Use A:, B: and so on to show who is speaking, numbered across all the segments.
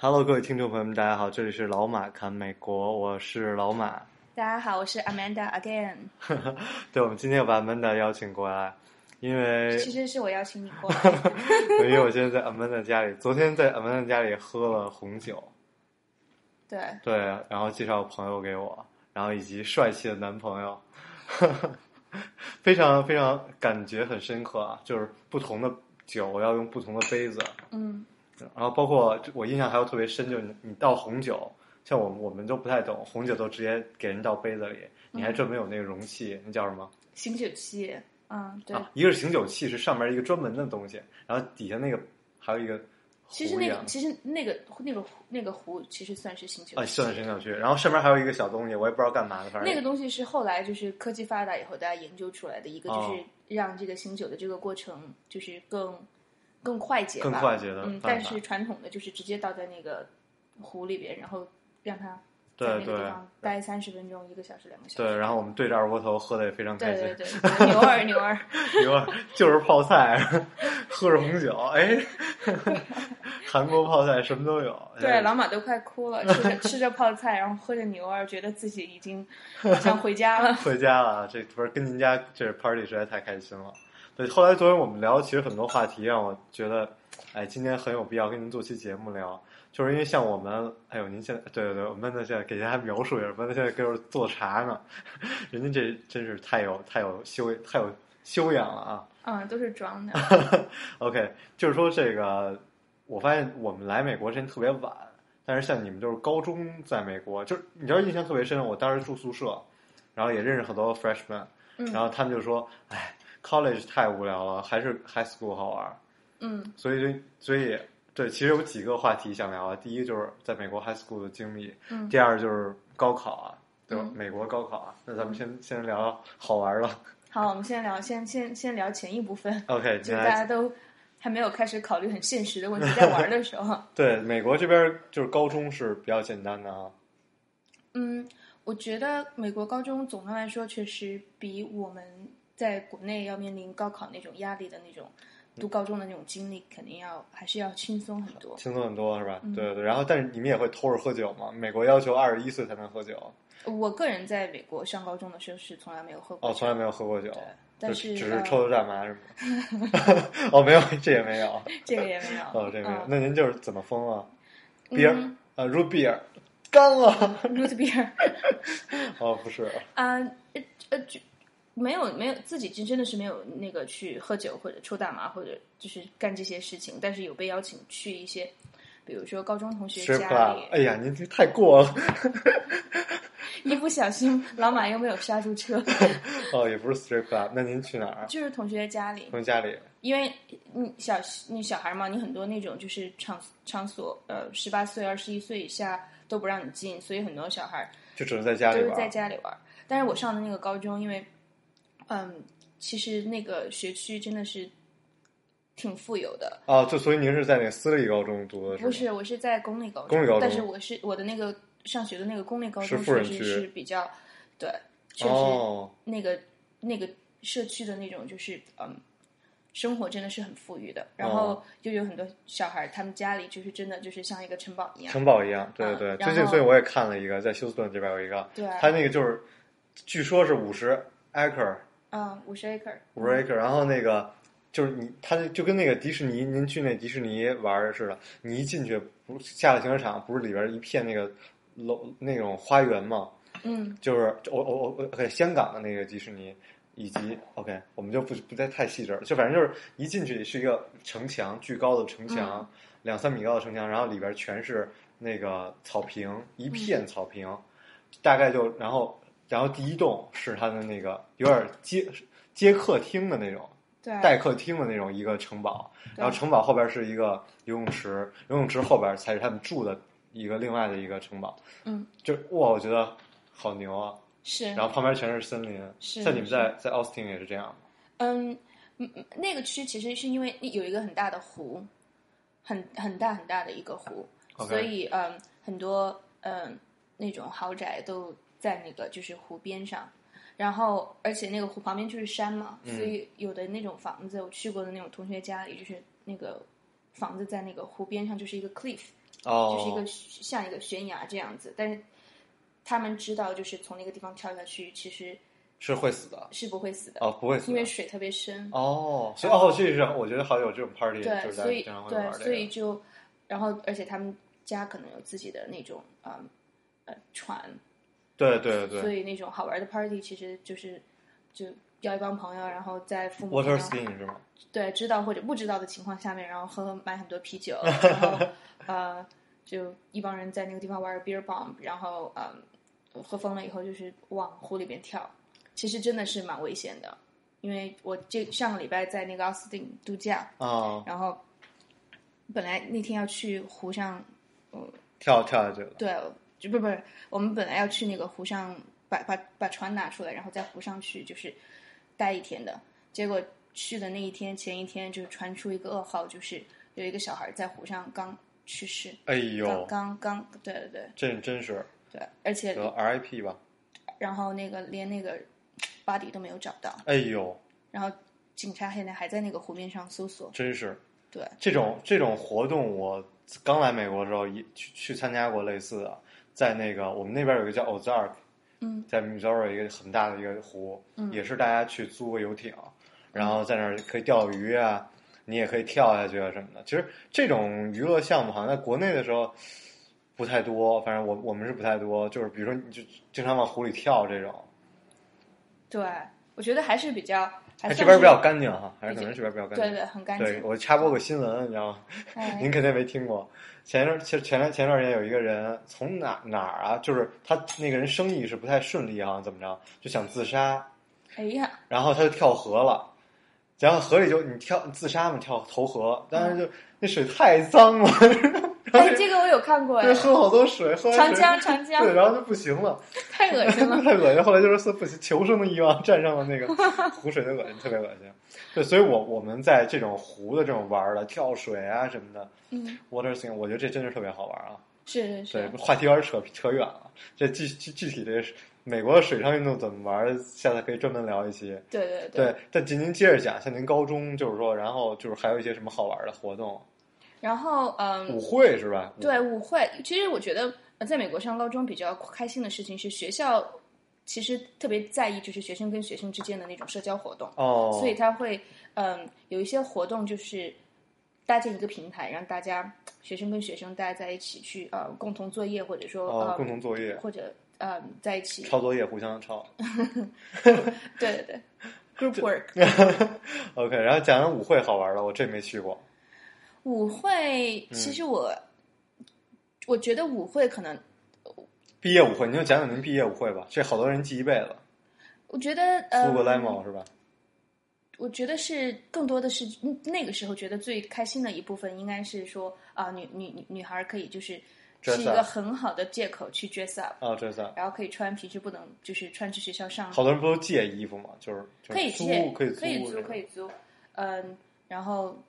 A: Hello，各位听众朋友们，大家好，这里是老马侃美国，我是老马。
B: 大家好，我是 Amanda again。
A: 对，我们今天又把 Amanda 邀请过来，因为
B: 其实是我邀请你过来，
A: 因为我现在在 Amanda 家里，昨天在 Amanda 家里喝了红酒，
B: 对，
A: 对，然后介绍朋友给我，然后以及帅气的男朋友， 非常非常感觉很深刻啊，就是不同的酒我要用不同的杯子，
B: 嗯，
A: 然后包括我印象还有特别深，就是你你倒红酒，像我们我们都不太懂，红酒都直接给人倒杯子里，你
B: 嗯
A: 还专门有那个容器，那叫什么？
B: 醒酒器，嗯，对，
A: 啊，一个是醒酒器，是上面一个专门的东西，然后底下那个还有一个
B: 其实
A: 壶一
B: 那
A: 样
B: 个其实那个那个壶那个壶其实算是醒酒器，
A: 啊，算是醒酒器，然后上面还有一个小东西，我也不知道干嘛的，反正
B: 那个东西是后来就是科技发达以后大家研究出来的一个，
A: 哦
B: 就是让这个醒酒的这个过程就是更更快捷吧，
A: 更快捷的
B: 嗯，
A: 办
B: 但
A: 法
B: 是传统的就是直接倒在那个壶里边，然后让它在
A: 对
B: 那个
A: 对
B: 地方待三十分钟、一个小时、两个小时，
A: 对，然后我们对着二锅头喝的也非常开
B: 对
A: 心，
B: 对对，牛儿牛儿，
A: 牛儿就是泡菜， 喝着红酒，哎， 韩国泡菜什么都 有，。
B: 对，老马都快哭了，吃着吃着泡菜，然后喝着牛二，觉得自己已经好像回家了
A: 回家了，这不是跟您家这 party 实在太开心了。对，后来昨天我们聊，其实很多话题让我觉得，哎，今天很有必要跟您做期节目聊，就是因为像我们，哎呦，您现在对对对，我们呢现在给大家描述一下，我们现在给我做茶呢， 人家这真是太有太有修太有修养了啊。
B: 嗯，都是装的。
A: OK，就是说这个，我发现我们来美国之前特别晚，但是像你们就是高中在美国，就是你知道印象特别深，我当时住宿舍，然后也认识很多 freshman，
B: 嗯
A: 然后他们就说，哎，college 太无聊了，还是 high school 好玩儿。
B: 嗯
A: 所以就所以对，其实有几个话题想聊啊。第一就是在美国 high school 的经历，
B: 嗯
A: 第二就是高考啊，对吧？
B: 嗯
A: 美国高考啊。那咱们先先聊聊好玩儿了。
B: 好，我们先聊，先先先聊前一部分，
A: OK，
B: 就是
A: 先
B: 大
A: 来
B: 家都还没有开始考虑很现实的问题，在玩的时 候，
A: 对美国这边就是高中是比较简单的啊。
B: 嗯，我觉得美国高中总的来说确实比我们在国内要面临高考那种压力的那种读高中的那种经历，肯定要还是要轻松很多。
A: 轻松很多是吧？
B: 嗯
A: 对对对。然后，但是你们也会偷着喝酒吗？美国要求二十一岁才能喝酒，
B: 我个人在美国上高中的时候是从来没有喝过
A: 哦，
B: 酒
A: 从来没有喝过酒，
B: 但
A: 就是只是
B: 呃
A: 抽抽大麻是吗？ 哦，没有，这也没有，
B: 这个也没有。
A: 哦，这也没有。
B: 嗯
A: 那您就是怎么疯啊？beer
B: 嗯
A: 啊，root beer，干了。
B: root beer
A: 哦，不是，
B: 啊，呃呃，就没有没有自己真真的是没有那个去喝酒或者抽大麻或者就是干这些事情，但是有被邀请去一些，比如说高中同学
A: strip
B: 家
A: club。哎
B: 里，
A: 呀，您这太过了。
B: 一不小心老马又没有刹住车，
A: 哦，也不是 strip club，那您去哪儿啊？
B: 就是同学家里，
A: 从家里。
B: 因为你小你小孩嘛，你很多那种就是场场所，呃，十八岁、二十一岁以下都不让你进，所以很多小孩
A: 就只能在家里
B: 都是
A: 玩
B: 在
A: 儿。
B: 家里玩儿。但是我上的那个高中，因为，嗯，其实那个学区真的是挺富有的。
A: 哦，就所以您是在那个私立高中读的是吗？
B: 不是，我是在公立高中，
A: 公立高中
B: 但是我是我的那个上学的那个公立高
A: 是
B: 中
A: 富人
B: 确
A: 区
B: 实是比较，对，确实
A: 哦，
B: 那个、那个社区的那种就是嗯。生活真的是很富裕的，然
A: 哦
B: 后就有很多小孩儿，他们家里就是真的就是像一个城堡一样，
A: 城堡一样，对
B: 嗯
A: 对对。最
B: 然
A: 近，
B: 后
A: 所以我也看了一个，在休斯顿这边有一个，
B: 对啊
A: 它那个就是，据说是五十 acre，
B: 嗯，五十 acre，
A: 五十 acre，然后那个就是你，它就跟那个迪士尼，您去那迪士尼玩儿似的，你一进去不是下了停车场，不是里边一片那个楼那种花园吗？
B: 嗯，
A: 就是我我我 OK 香港的那个迪士尼，以及 OK 我们就不不再太细致了，就反正就是一进去是一个城墙，巨高的城墙，两三米高的城墙，然后里边全是那个草坪，一片草坪，大概就然后然后第一栋是它的那个有点接接客厅的那种，
B: 对，啊
A: 待客厅的那种一个城堡，
B: 对啊
A: 然后城堡后边是一个游泳池，游泳池后边才是他们住的一个另外的一个城堡，
B: 嗯，
A: 就哇，我觉得好牛啊！
B: 是
A: 然，后旁边全是森林，
B: 是
A: 像你们
B: 是
A: 在在奥斯汀也是这样吗
B: 嗯，嗯嗯那个区其实是因为有一个很大的湖，很很大很大的一个湖
A: OK
B: 所以嗯，很多嗯那种豪宅都在那个就是湖边上。然后，而且那个湖旁边就是山嘛，
A: 嗯
B: 所以有的那种房子，我去过的那种同学家里，就是那个房子在那个湖边上，就是一个 cliff，
A: 哦，
B: 就是一个像一个悬崖这样子。但是他们知道，就是从那个地方跳下去，其实
A: 是会死的
B: 是不会死的，
A: 哦，不会死
B: 因为
A: 的
B: 水特别深。
A: 哦，所以哦，这是我觉得好有这种 party，就
B: 对，
A: 是在
B: 所以
A: 经常会
B: 对
A: 玩，这
B: 所以
A: 个。
B: 就，然后而且他们家可能有自己的那种嗯呃船，
A: 对对对
B: 所
A: 对
B: 以那种好玩的 party 其实就是就邀一帮朋友，然后在父母
A: ，water
B: 知道
A: skiing 是吗？
B: 对知道或者不知道的情况下面，然后喝买很多啤 酒，然后呃就一帮人在那个地方玩 beer bomb，然后嗯喝疯了以后就是往湖里边跳，其实真的是蛮危险的。因为我这上个礼拜在那个奥斯汀度假，
A: 啊，
B: 然后本来那天要去湖上，
A: 跳跳下去了，
B: 对，就不不是，我们本来要去那个湖上把把把船拿出来，然后在湖上去就是待一天的。结果去的那一天前一天就传出一个噩耗，就是有一个小孩在湖上刚去世，
A: 哎呦
B: 刚，刚刚对对对
A: 这真是
B: 对，而且
A: 得 RIP 吧？
B: 然后那个连那个 body 都没有找到，
A: 哎呦，
B: 然后警察现在还在那个湖面上搜索，
A: 真是
B: 对，
A: 这种这种活动，我刚来美国的时候也去去参加过类似的，在那个我们那边有一个叫 Ozark，
B: 嗯，
A: 在 Missouri 一个很大的一个湖，
B: 嗯
A: 也是大家去租个游艇，然后在那儿可以钓鱼啊，你也可以跳下去啊什么的。其实这种娱乐项目好像在国内的时候不太多，反正我我们是不太多，就是比如说你就经常往湖里跳这种，
B: 对我觉得还是比较还
A: 哎，
B: 算
A: 这边
B: 是
A: 比较干净哈，还是可
B: 比
A: 能
B: 较
A: 这边比较干净。
B: 对对很干净，
A: 对，我插播个新闻，你知道吗？
B: 哎
A: 您肯定没听过。前一段前前段前段时间有一个人从哪哪儿啊，就是他那个人生意是不太顺利啊，怎么着就想自杀，
B: 哎呀，
A: 然后他就跳河了。然后河里就你跳你自杀嘛，跳投河，当
B: 嗯
A: 时就那水太脏了， 然后
B: 哎，这个我有看过，哎
A: 就喝好多水，喝完
B: 长
A: 水
B: 江，长江
A: 对，然后就不行了，
B: 太恶
A: 太
B: 心了。
A: 恶心。后来就是说不行，求生的欲望战胜了那个湖水的恶心，特别恶心。对，所以我我们在这种湖的这种玩儿的跳水啊什么的
B: 嗯，
A: water thing，我觉得这真是特别好玩啊。
B: 是是
A: 对，
B: 是，
A: 话题有点扯扯远了，这具具具体的美国的水上运动怎么玩儿，下次可以专门聊一期。
B: 对对
A: 对，但仅您接着讲，像您高中就是说，然后就是还有一些什么好玩的活动，
B: 然后嗯
A: 舞，会是吧？舞，
B: 对舞会，其实我觉得呃在美国上高中比较开心的事情是学校其实特别在意就是学生跟学生之间的那种社交活动，
A: 哦，
B: 所以他会嗯有一些活动就是搭建一个平台，让大家学生跟学生大家在一起去呃共同作业，或者说
A: 哦
B: 呃，
A: 共同作业、
B: 或者呃在一起，
A: 抄作业，互相抄。
B: 对对对，group work。
A: OK，然后讲讲舞会好玩的，我这没去过。
B: 舞会，其
A: 嗯
B: 实我、我觉得舞会可能，
A: 毕业舞会，您就讲讲您毕业舞会吧，这好多人记一辈子。
B: 我觉得
A: 苏格莱
B: 呃，
A: 姆是吧？
B: 我觉得是更多的是嗯那个时候觉得最开心的一部分，应该是说啊、女女女女孩儿可以就是是
A: Dress
B: 一个
A: up
B: 很好的借口去 dress up，
A: 啊，这算。
B: 然后可以穿平时不能就是穿去学校上，
A: 好多人不都借衣服嘛，就是就是
B: 可以
A: 租
B: 借，
A: 可以
B: 可以
A: 租
B: 租，
A: 是吧
B: 可以租，嗯，然后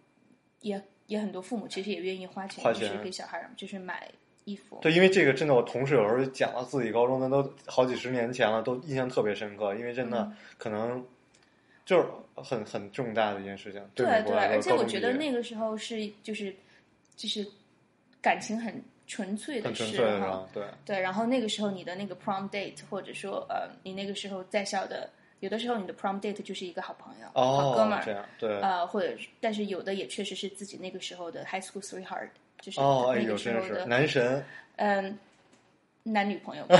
B: 也也很多父母其实也愿意花钱，
A: 花
B: 就
A: 钱
B: 是给小孩儿就是买衣服，
A: 对，因为这个真的，我同事有时候讲到自己高中，那都好几十年前了，都印象特别深刻。因为真的、
B: 嗯
A: 可能就是很很重大的一件事情，美
B: 对
A: 国
B: 对，
A: 来说
B: 而且
A: 高
B: 我
A: 中
B: 觉
A: 毕业
B: 得那个时候是就是就是感情很纯粹
A: 很
B: 的
A: 纯
B: 事
A: 粹的，啊
B: 哈。
A: 对，
B: 对，然后那个时候你的那个 prom date，或者说呃，你那个时候在校的，有的时候你的 prom date 就是一个好朋友、好
A: 哦，
B: 哥们
A: 这
B: 儿，
A: 样对，
B: 呃，或者是但是有的也确实是自己那个时候的 high school sweetheart，就是
A: 哦，哎
B: 那
A: 呦，
B: 个时
A: 真
B: 候
A: 是
B: 的
A: 男神，
B: 嗯、男女 朋友吧，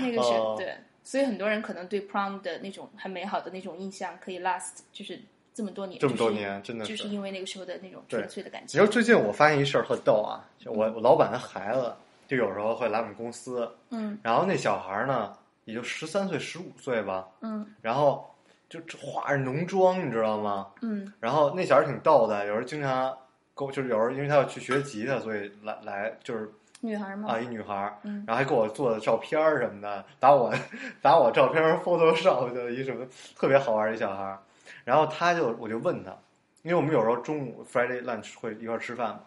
B: 那个是、
A: 哦
B: 对，所以很多人可能对 prom 的那种很美好的那种印象可以 last 就是这么多年，
A: 这么
B: 就
A: 多
B: 是
A: 年真的
B: 就是
A: 是
B: 因为那个时候的那种纯粹的感
A: 你
B: 情
A: 知道。最近我发现一事儿特逗啊，就我我老板的孩子就有时候会来我们公司，
B: 嗯
A: 然后那小孩儿呢也就十三岁十五岁吧，
B: 嗯
A: 然后就就化着浓妆，你知道吗？
B: 嗯
A: 然后那小孩挺逗的，有时候经常跟我就是有时候因为他要去学吉他，所以来来就是
B: 女孩吗？
A: 啊，一女孩儿，
B: 嗯
A: 然后还给我做照片儿什么的，打我打我照片儿 Photoshop 的一什么特别好玩儿一小孩儿，然后他就我就问他，因为我们有时候中午 Friday lunch 会一块儿吃饭嘛，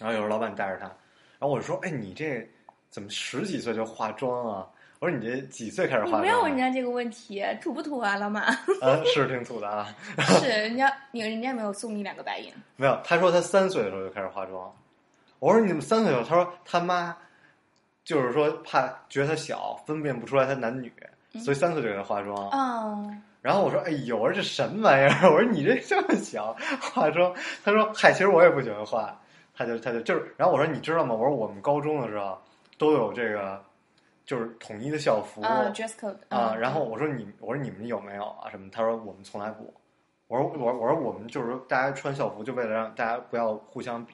A: 然后有时候老板带着他，然后我就说，哎，你这怎么十几岁就化妆啊？我说你这几岁开始
B: 你
A: 化
B: 没有
A: 妆、
B: 人
A: 啊？
B: 家这个问题，土不土啊，老马？
A: 呃，是挺土的啊，
B: 是人家，你人家没有送你两个白眼。
A: 没有，他说他三岁的时候就开始化妆，我说你们三岁的时候，他说他妈就是说怕觉得他小，分辨不出来他男女，所以三岁就给他化妆。
B: 嗯哦，
A: 然后我说：“哎呦，我说这什么玩意儿？ 我说你这这么小化妆？”他说：“嗨，其实我也不喜欢化。”他就他就就是，然后我说：“你知道吗？”我说：“我们高中的时候都有这个，就是统一的校服
B: 啊，dress code
A: 啊。然后我说：“你我说你们有没有啊？什么？”他说：“我们从来不。”我说：“我我说我们就是大家穿校服，就为了让大家不要互相比、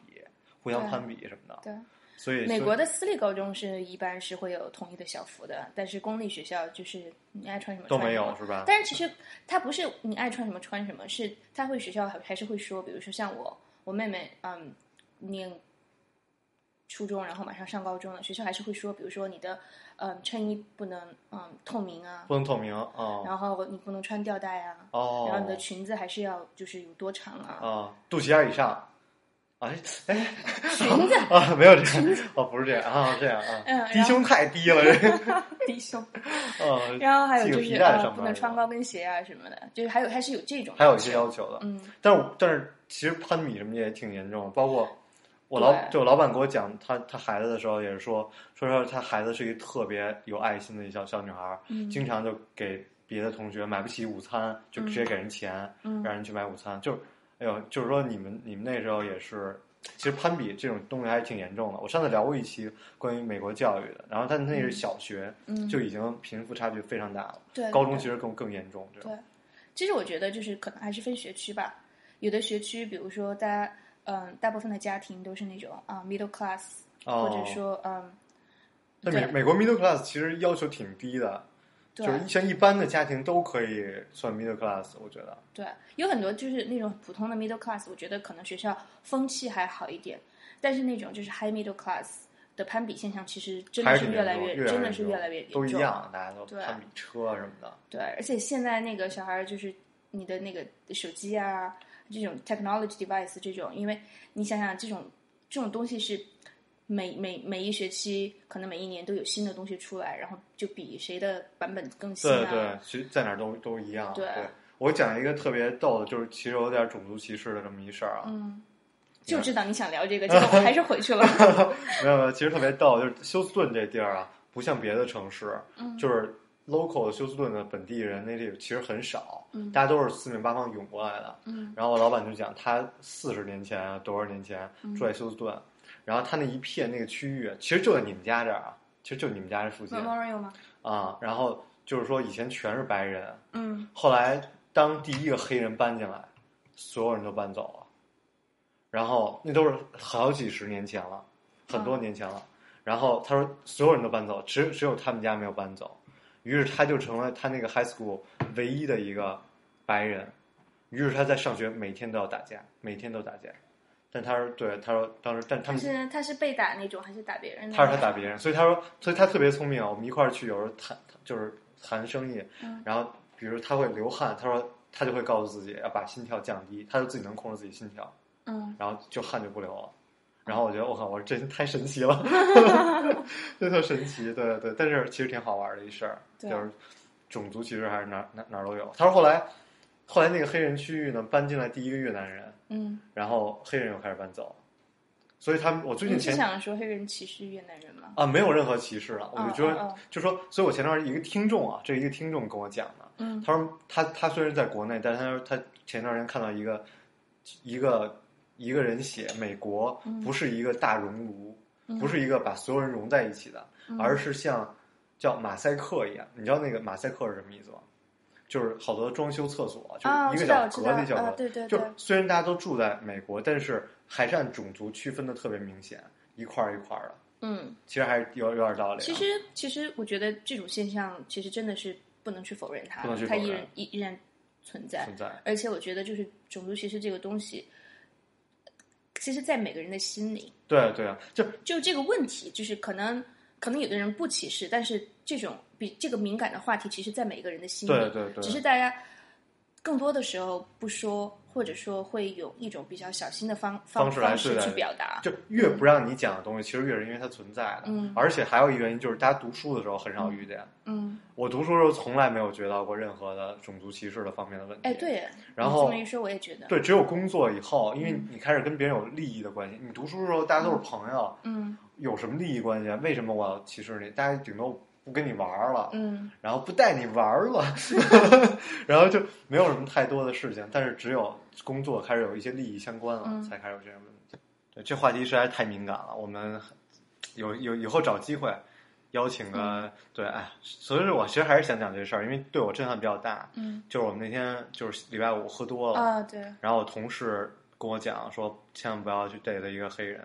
A: 互相
B: 对
A: 攀比什么的。
B: 对，
A: 所以
B: 美
A: 所以
B: 国的私立高中是一般是会有统一的校服的，但是公立学校就是你爱穿什么
A: 都
B: 穿
A: 没
B: 什么
A: 有是吧？
B: 但是其实他不是你爱穿什么穿什么，是他会学校还还是会说，比如说像我，我妹妹嗯念初中，然后马上上高中了，学校还是会说，比如说你的嗯衬衣不能嗯透明啊，
A: 不能透明啊
B: 然后你不能穿吊带啊，
A: 哦，
B: 然后你的裙子还是要就是有多长啊，
A: 啊，肚脐眼儿以上。哎哎，
B: 裙子
A: 啊，没有这样，哦，不是这样啊，这样啊，
B: 嗯
A: 低
B: 然后
A: 胸太低了，这，
B: 低胸，
A: 嗯，
B: 然后还有
A: 系个
B: 就
A: 皮
B: 是
A: 带
B: 呃
A: 上
B: 不
A: 班
B: 能
A: 是
B: 穿
A: 吧
B: 高跟鞋啊什么的，就是还有还是有这种，
A: 还有一些要求的，
B: 嗯
A: 但是但是其实攀比什么的也挺严重的，包括我老
B: 对
A: 就我老板给我讲他他孩子的时候也是说说说他孩子是一个特别有爱心的一小小女孩儿，
B: 嗯
A: 经常就给别的同学买不起午餐，就直接给人钱，
B: 嗯
A: 让人去买午餐，就是哎呦，就是说你们你们那时候也是，其实攀比这种东西还是挺严重的。我上次聊过一期关于美国教育的，然后但那是小学，
B: 嗯
A: 就已经贫富差距非常大了，
B: 对对
A: 高中
B: 对
A: 其实更更严重，这种
B: 对，其实我觉得就是可能还是分学区吧，有的学区，比如说大家，嗯、大部分的家庭都是那种啊、middle class，、
A: 哦
B: 或者说嗯，
A: 那美
B: 对
A: 美国 middle class 其实要求挺低的，
B: 对
A: 就是像一般的家庭都可以算 middle class，我觉得。
B: 对，有很多就是那种普通的 middle class，我觉得可能学校风气还好一点，但是那种就是 high middle class 的攀比现象，其实真
A: 还
B: 的
A: 是
B: 是
A: 挺
B: 越来
A: 严重
B: 越
A: 越
B: 真的是
A: 越
B: 越来越严
A: 都
B: 重，
A: 一样，大家都
B: 对
A: 攀比车啊什么的。
B: 对，而且现在那个小孩儿就是你的那个手机啊，这种 technology device 这种，因为你想想这种这种东西是每每每一学期，可能每一年都有新的东西出来，然后就比谁的版本更新
A: 对
B: 啊。
A: 对，其实在哪儿都都一样。
B: 对
A: 我讲一个特别逗的，就是其实有点种族歧视的这么一事儿啊。
B: 嗯，就知道你想聊这个，结果我还是回 去了。
A: 没有没有，其实特别逗，就是休斯顿这地儿啊，不像别的城市，
B: 嗯
A: 就是 local 的休斯顿的本地人那地儿其实很少，
B: 嗯
A: 大家都是四面八方涌过来的。
B: 嗯
A: 然后我老板就讲，他四十年前啊多少年前
B: 嗯
A: 住在休斯顿，然后他那一片那个区域，其实就在你们家这儿啊，其实就你们家这附近
B: ，Memorial 吗？
A: 啊。然后就是说以前全是白人，
B: 嗯，
A: 后来当第一个黑人搬进来，所有人都搬走了，然后那都是好几十年前了，很多年前了。然后他说所有人都搬走，只只有他们家没有搬走，于是他就成了他那个 high school 唯一的一个白人。于是他在上学每天都要打架，每天都打架。但他说对，他说当时，但他
B: 他
A: 们
B: 是他是被打那种，还是打别人
A: 嗯
B: 的？
A: 他是他打别人，所以他说，所以他特别聪明啊。我们一块儿去，有时候谈就是谈生意，
B: 嗯
A: 然后比如他会流汗，他说他就会告诉自己要把心跳降低，他就自己能控制自己心跳，
B: 嗯，
A: 然后就汗就不流了。然后我觉得我靠，我说这太神奇了， 这特神奇，对对对。但是其实挺好玩的一事儿，就
B: 对
A: 是种族其实还是哪儿哪儿哪儿都有。他说后来后来那个黑人区域呢搬进来第一个越南人，
B: 嗯，
A: 然后黑人又开始搬走，所以他们我最近
B: 你
A: 前
B: 是想说黑人歧视越南人吗？
A: 啊，没有任何歧视了，我就觉得，
B: 嗯嗯嗯
A: 就说，所以我前段儿一个听众啊，这一个听众跟我讲的，
B: 嗯
A: 他说他他虽然在国内，但是他说他前段时间看到一个一个一个人写美国
B: 嗯
A: 不是一个大熔炉，不是一个把所有人融在一起的，
B: 嗯
A: 而是像叫马赛克一样，你知道那个马赛克是什么意思吗？就是好多装修厕所，就
B: 啊
A: 是一个
B: 知道
A: 小
B: 我知
A: 格子
B: 道
A: 一小格
B: 啊
A: 子，
B: 对对
A: 就是
B: 对
A: 虽然大家都住在美国，但是还是按种族区分的特别明显，一块儿一块儿的。
B: 嗯。
A: 其实还是有有点道理啊、
B: 其实，其实我觉得这种现象其实真的是不能去否认它
A: 不能去，否
B: 它
A: 认
B: 依然依依然存在
A: 存。在，
B: 而且我觉得，就是种族歧视这个东西，其实，在每个人的心里，
A: 对啊对啊，就
B: 就这个问题，就是可能可能有的人不歧视，但是这种比这个敏感的话题，其实，在每个人的心里，
A: 对对对
B: 只是大家更多的时候不说，或者说会有一种比较小心的方
A: 方式来
B: 方
A: 对
B: 式
A: 待
B: 去表达。
A: 就越不让你讲的东西，其实越是因为它存在的。
B: 嗯
A: 而且还有一个原因就是，大家读书的时候很少遇见。
B: 嗯，
A: 我读书的时候从来没有觉得过任何的种族歧视的方面的问题。
B: 哎，对，
A: 然
B: 你
A: 后
B: 这么一说，我也觉得，
A: 对，只有工作以后，因为你开始跟别人有利益的关系。你读书的时候，大家都是朋友，
B: 嗯嗯
A: 有什么利益关系？啊？为什么我要歧视你？大家顶多不跟你玩儿了，
B: 嗯，
A: 然后不带你玩儿了， 然后就没有什么太多的事情。但是只有工作开始有一些利益相关了，
B: 嗯
A: 才开始有这样的问题。对，这话题实在太敏感了，我们 有有以后找机会邀请个、
B: 嗯
A: 对，哎，所以说我其实还是想讲这事儿，因为对我震撼比较大。
B: 嗯，
A: 就是我们那天就是礼拜五喝多了，
B: 啊，对，哎，
A: 然后我同事跟我讲说，千万不要去 date 一个黑人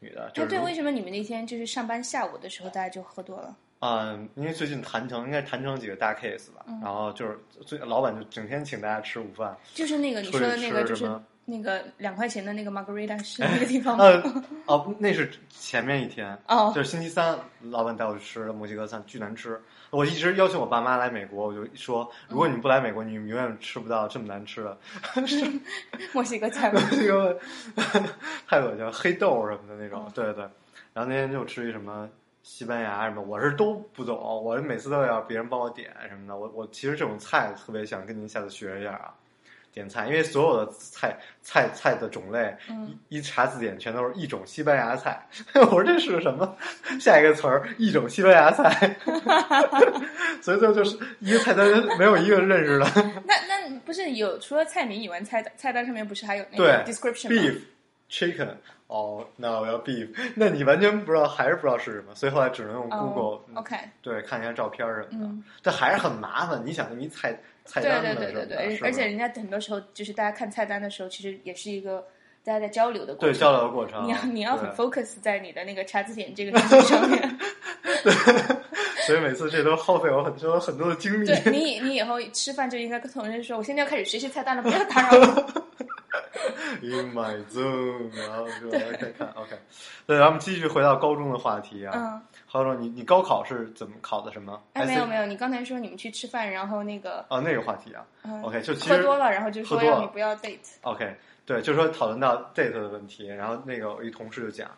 A: 女的，就是
B: 哎对，
A: 如
B: 为什么你们那天就是上班下午的时候，大家就喝多了？
A: 嗯，因为最近谈成应该谈成几个大 case 吧，然后就是最老板就整天请大家吃午饭，
B: 就是那个你说的那个，
A: 出去吃
B: 就
A: 什
B: 是
A: 么
B: 那个两块钱的那个 margarita 是那个地方吗？
A: 呃，哦，那是前面一天，
B: 哦
A: 就是星期三，老板带我去吃墨西哥餐，巨难吃。我一直邀请我爸妈来美国，我就说，如果你们不来美国，你们永远吃不到这么难吃的，
B: 墨西哥菜吗？
A: 这个太恶心了，黑豆什么的那种，对对。然后那天就吃一什么西班牙什么，我是都不懂，我每次都要别人帮我点什么的。我我其实这种菜特别想跟您下次学一下啊，点菜，因为所有的菜菜菜的种类，一一查字典全都是一种西班牙菜。我说这是什么？下一个词儿一种西班牙菜，所以最后就是一个菜单没有一个认识的。
B: 那那不是有除了菜名以外，菜单菜单上面不是还有那
A: 对
B: 个 description 吗
A: beef chicken。哦，那我要 beef，那你完全不知道，还是不知道是什么，所以后来只能用
B: 哦
A: Google、嗯
B: OK，
A: 对看一下照片什么的，
B: 嗯
A: 这还是很麻烦。你想，你菜菜
B: 对
A: 单的
B: 对对
A: 什么
B: 对
A: 的，
B: 对，
A: 是
B: 而
A: 不
B: 且
A: 是
B: 人家很多时候就是大家看菜单的时候，其实也是一个大家在交流的过
A: 对
B: 程。
A: 交流的过程，
B: 你要你要很
A: 对
B: focus 在你的那个查字典这个事情上 面，
A: 所以每次这都耗费我很多很多的 精力。
B: 对你以你以后吃饭就应该跟同事说，我现在要开始学习菜单了，不要打扰我。
A: In my zone，然后就再看 OK，对，咱们继续回到高中的话题啊。
B: 嗯，
A: 浩说你你高考是怎么考的什么？
B: 哎，没有没
A: 有
B: 有，你刚才说你们去吃饭，然后那个
A: 啊，那个话题啊。
B: 嗯
A: OK，就其实
B: 喝多了，然后就说
A: 喝多了
B: 要你不要 date。
A: OK，对，就说讨论到 date 的问题，然后那个我一同事就讲，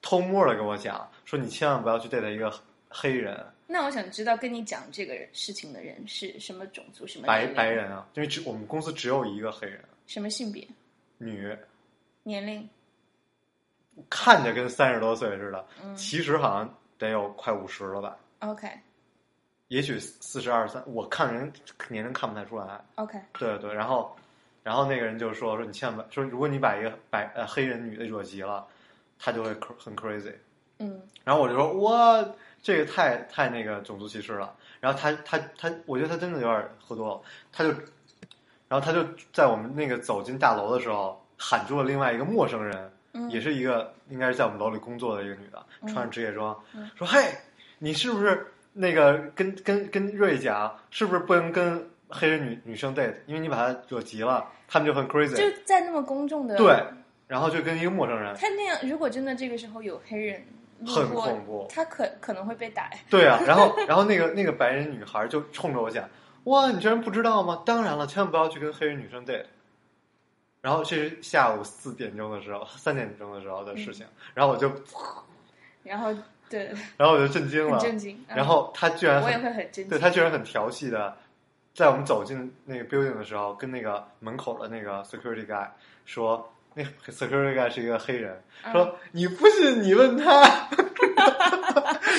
A: 偷摸的跟我讲说，你千万不要去 date 一个黑人、
B: 那我想知道跟你讲这个事情的人是什么种族、什么
A: 白
B: 年龄
A: 白、人啊，因为只我们公司只有一个黑人
B: 什么性别、
A: 女，
B: 年龄。
A: 看着跟三十多岁似的，
B: 嗯
A: 其实好像得有快五十了吧，
B: OK
A: 也许四十二三，我看人年龄看不太出来。
B: 嗯 OK，
A: 对对，然后，然后那个人就说说你千万不说，如果你把一个白呃黑人女的惹急了，她就会 cr- 很 crazy。
B: 嗯
A: 然后我就说哇，这个太太那个种族歧视了。然后他他他，我觉得他真的有点喝多了，他就，然后他就在我们那个走进大楼的时候喊住了另外一个陌生人，
B: 嗯
A: 也是一个应该是在我们楼里工作的一个女的，
B: 嗯
A: 穿着职业装，说嘿，你是不是那个跟跟跟瑞讲，是不是不能跟黑人女女生 date，因为你把她惹急了，他们就很 crazy，
B: 就在那么公众的，
A: 对，然后就跟一个陌生人，
B: 他那样，如果真的这个时候有黑人路
A: 很
B: 过
A: 恐怖
B: 他可可能会被打。
A: 对啊，然后然后那个那个白人女孩就冲着我讲：“哇，你居然不知道吗？当然了，千万不要去跟黑人女生 date。”然后这是下午四点钟的时候，三点钟的时候的事
B: 嗯
A: 情。然后我就，
B: 然后对，
A: 然后我就震惊了，
B: 很震惊嗯
A: 然后他居然
B: 我也
A: 很，
B: 会很震
A: 对
B: 惊。
A: 他居然很调戏的，在我们走进那个 building 的时候，跟那个门口的那个 security guy 说，那个 security guy 是一个黑人，
B: 嗯
A: 说、你不信你问他，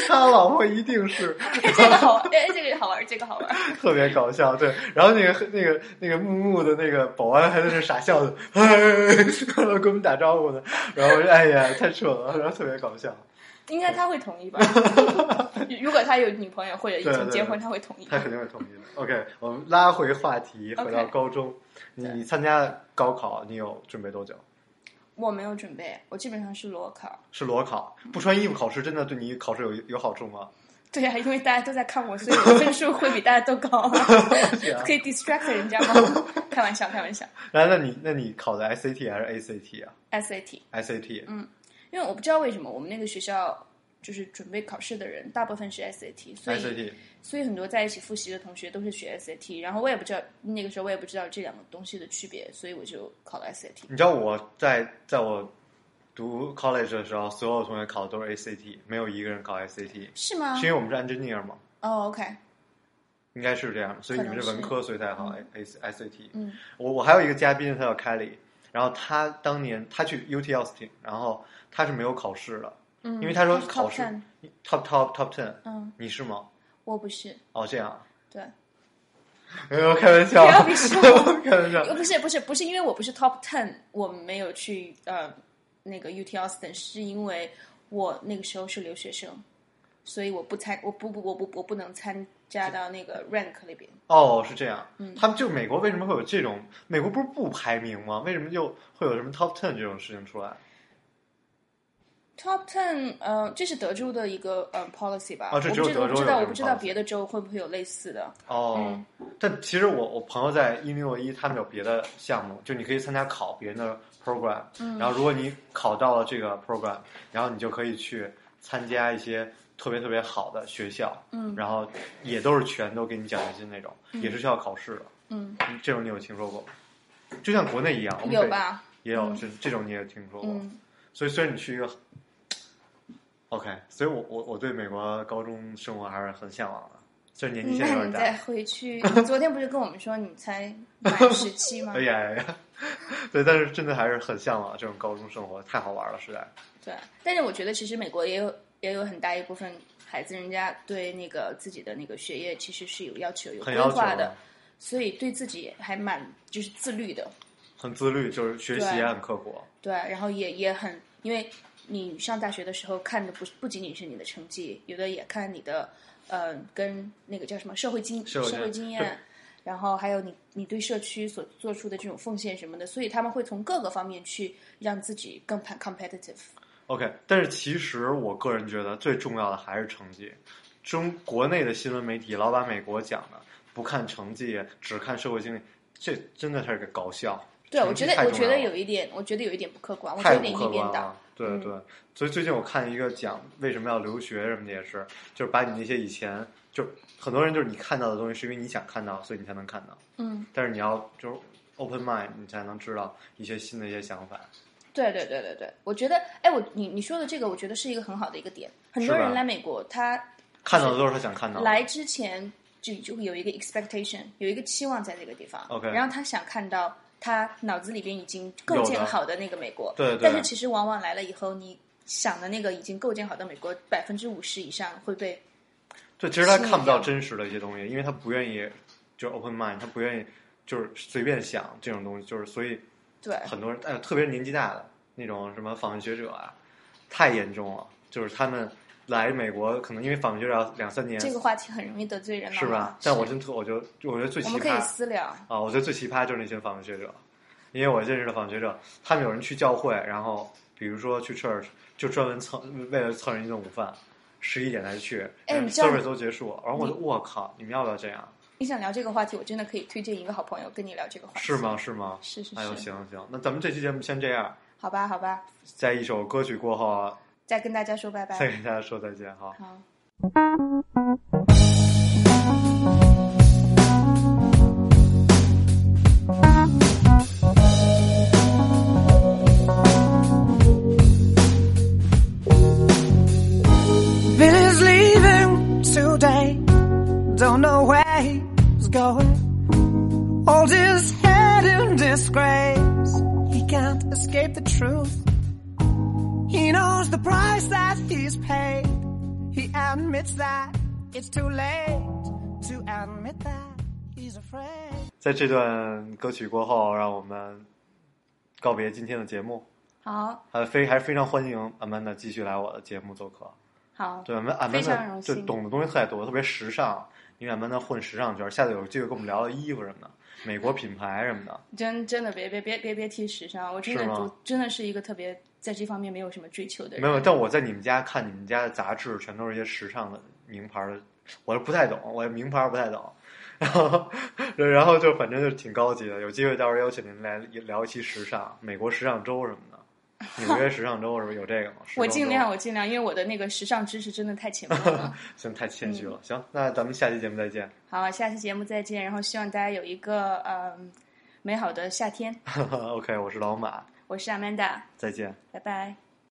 A: 他老婆一定是。
B: 这个好玩，哎，这个好玩，这个好玩。
A: 特别搞笑，对。然后那个那个那个木木的那个保安还在那傻笑的，哎， 跟我们打招呼呢。然后我说：“哎呀，太扯了。”然后特别搞笑，
B: 应该他会同 意吧？如果他有女朋友或者已
A: 对对
B: 经
A: 对
B: 结婚，他会同意
A: 他。肯定会同意的。OK，我们拉回话题，回到
B: OK
A: 高中。你
B: 对
A: 你参加高考，你有准备多久？
B: 我没有准备，我基本上是裸考。
A: 是裸考，不穿衣服考试，真的对你考试有有好处吗？
B: 对啊，因为大家都在看我，所以我分数会比大家都高、
A: 啊
B: 可以 distract 人家吗？开玩笑，开玩笑。
A: 然后那你那你考的 SAT 还是 ACT 啊
B: SAT，
A: ？SAT，嗯
B: 因为我不知道为什么我们那个学校就是准备考试的人大部分是 SAT，所以
A: ，SAT，
B: 所以很多在一起复习的同学都是学 SAT，然后我也不知道那个时候我也不知道这两个东西的区别，所以我就考了 SAT。
A: 你知道我在在我读 college 的时候，所有同学考的都是 ACT，没有一个人考 SAT，、
B: 是吗
A: 是？因为我们是 engineer 嘛，
B: 哦，OK、o k
A: 应该是这样，所以你们
B: 可
A: 是
B: 能
A: 文
B: 是
A: 科，所以才考 A A SAT。
B: 嗯，
A: 我我还有一个嘉宾，他叫凯里，然后他当年他去 UT Austin，然后他是没有考试的，
B: 嗯，
A: 因为他说考
B: top
A: 试
B: ten，
A: top top top ten，
B: 嗯，
A: 你是吗？
B: 我不是，
A: 哦，这样，
B: 对，
A: 没有开玩笑，
B: 不要鄙视我
A: 开玩笑
B: 呃，不是不是不是因为我不是 top ten，我没有去呃那个 UT Austin，是因为我那个时候是留学生，所以我不参我不不我不我不能参加到那个 rank 那边。
A: 哦，是这样，
B: 嗯
A: 他们就美国为什么会有这种？美国不是不排名吗？为什么就会有什么 top ten 这种事情出来？
B: Top Ten，呃，这是德州的一个呃 policy 吧？
A: 啊这只有
B: 我
A: 德
B: 不知
A: 州有这种
B: 道，我不知道，我不知道
A: policy
B: 别的州会不会有类似的。
A: 哦，
B: 嗯
A: 但其实我我朋友在一零六一，他们有别的项目，就你可以参加考别人的 program，、然
B: 嗯
A: 后如果你考到了这个 program，然后你就可以去参加一些特别特别好的学校，嗯，然后也都是全都给你奖学金那种，也是需要考试的，
B: 嗯，
A: 这种你有听说过吗？就像国内一样，我们
B: 有
A: 北
B: 吧？
A: 也有
B: 嗯
A: 这这种你也听说过，
B: 嗯
A: 所以虽然你去一个，OK，所以我我我对美国高中生活还是很向往的，虽然年纪现在有点
B: 那 你
A: 大。
B: 再回 去，你昨天不是跟我们说你才满十七吗
A: 哎？呀呀呀！ 对，但是真的还是很向往这种高中生活，太好玩了，实在。
B: 对，但是我觉得其实美国也有也有很大一部分孩子，人家对那个自己的那个学业其实是有要求、有
A: 很
B: 规
A: 要求
B: 划的
A: 啊，
B: 所以对自己还蛮就是自律的。
A: 很自律，就是学习也
B: 对
A: 很刻苦。
B: 对，然后也也很，因为你上大学的时候看的不是不仅仅是你的成绩，有的也看你的，呃，跟那个叫什么社会经
A: 社
B: 社
A: 会
B: 会
A: 经
B: 经
A: 验
B: 验，然后还有你你对社区所做出的这种奉献什么的，所以他们会从各个方面去让自己更 com- competitive。
A: OK，但是其实我个人觉得最重要的还是成绩。中国内的新闻媒体老把美国讲的不看成绩，只看社会经历，这真的是个搞笑。
B: 对，我
A: 成绩
B: 觉得
A: 太
B: 我
A: 重
B: 觉得
A: 要了
B: 有一点，我觉得有一点不客观，我觉得
A: 太
B: 有
A: 不
B: 点
A: 客
B: 一边
A: 观
B: 倒
A: 了。。对
B: 嗯
A: 对，所以最近我看一个讲为什么要留学什么的，也是就是把你那些以前就是很多人就是你看到的东西，是因为你想看到，所以你才能看到。
B: 嗯，
A: 但是你要就是 open mind，你才能知道一些新的一些想法。
B: 对对对对对，我觉得，哎，我你你说的这个，我觉得是一个很好的一个点。很
A: 是
B: 多
A: 吧
B: 人来美国，他
A: 看到的都是他想看到的。
B: 来之前就就有一个 expectation，有一个期望在这个地方。
A: OK
B: 然后他想看到他脑子里边已经构
A: 有的
B: 建好的那个美国。
A: 对对
B: 但是其实往往来了以后，你想的那个已经构建好的美国，百分之五十以上会被
A: 对，其实他
B: 新一
A: 看不到
B: 样
A: 真实的一些东西，因为他不愿意就是 open mind，他不愿意就是随便想这种东西，就是所以
B: 对
A: 很多人，哎，特别是年纪大的那种什么访问学者啊，太严重了，就是他们。来美国可能因为访问学者要两三年，
B: 这个话题很容易得罪人了，
A: 是吧？但我真特，我就我觉得最
B: 我
A: 奇
B: 们可以
A: 葩
B: 私聊。
A: 啊，我觉得最奇葩就是那些访问学者，因为我认识的访问学者，他们有人去教会，然后比如说去 church，就专门蹭为了蹭人一顿午饭，十一点才去，
B: 哎你知道
A: service 都结束，然后我就我靠，你们要不要这样？
B: 你想聊这个话题，我真的可以推荐一个好朋友跟你聊这个话题。
A: 是？吗？是吗？
B: 是是
A: 哎呦，
B: 是。
A: 行行，那咱们这期节目先这样，
B: 好吧，好吧，
A: 在一首歌曲过后啊，
B: 再跟大家说拜拜。
A: 再跟大家说再见哈。
B: 好。
C: Billy's leaving today. Don't know where he's going. Hold his head in disgrace. He can't escape the truth. He knows the price that he's paid. He admits that it's too late to admit that he's afraid.
A: 在这段歌曲过后，让我们告别今天的节目。
B: 好，
A: 呃，非还是非常欢迎阿曼达继续来我的节目做客。
B: 好，
A: 对，我啊们阿曼
B: 非常
A: 达
B: 荣
A: 就
B: 幸
A: 懂的东西特别多，特别时尚。因为阿曼达混时尚圈，下次有机会跟我们聊聊衣服什么的，美国品牌什么的。
B: 真真的别别别别别提时尚，我真的
A: 是吗
B: 我真的是一个特别在这方面没有什么追求的人。
A: 没有，但我在你们家看你们家的杂志，全都是一些时尚的名牌的，我不太懂，我名牌不太懂。 然后，然后就反正就挺高级的。有机会到时候邀请您来聊一期时尚，美国时尚周什么的，纽约时尚周是不是有这个吗？时
B: 我
A: 尚
B: 尽
A: 周
B: 量，我尽量，因为我的那个时尚知识真的太浅薄了。
A: 行，太谦虚了。
B: 嗯
A: 行，那咱们下期节目再见。
B: 好，下期节目再见，然后希望大家有一个嗯美好的夏天。
A: OK，我是老马，
B: 我是 Amanda，
A: 再见。
B: 拜拜。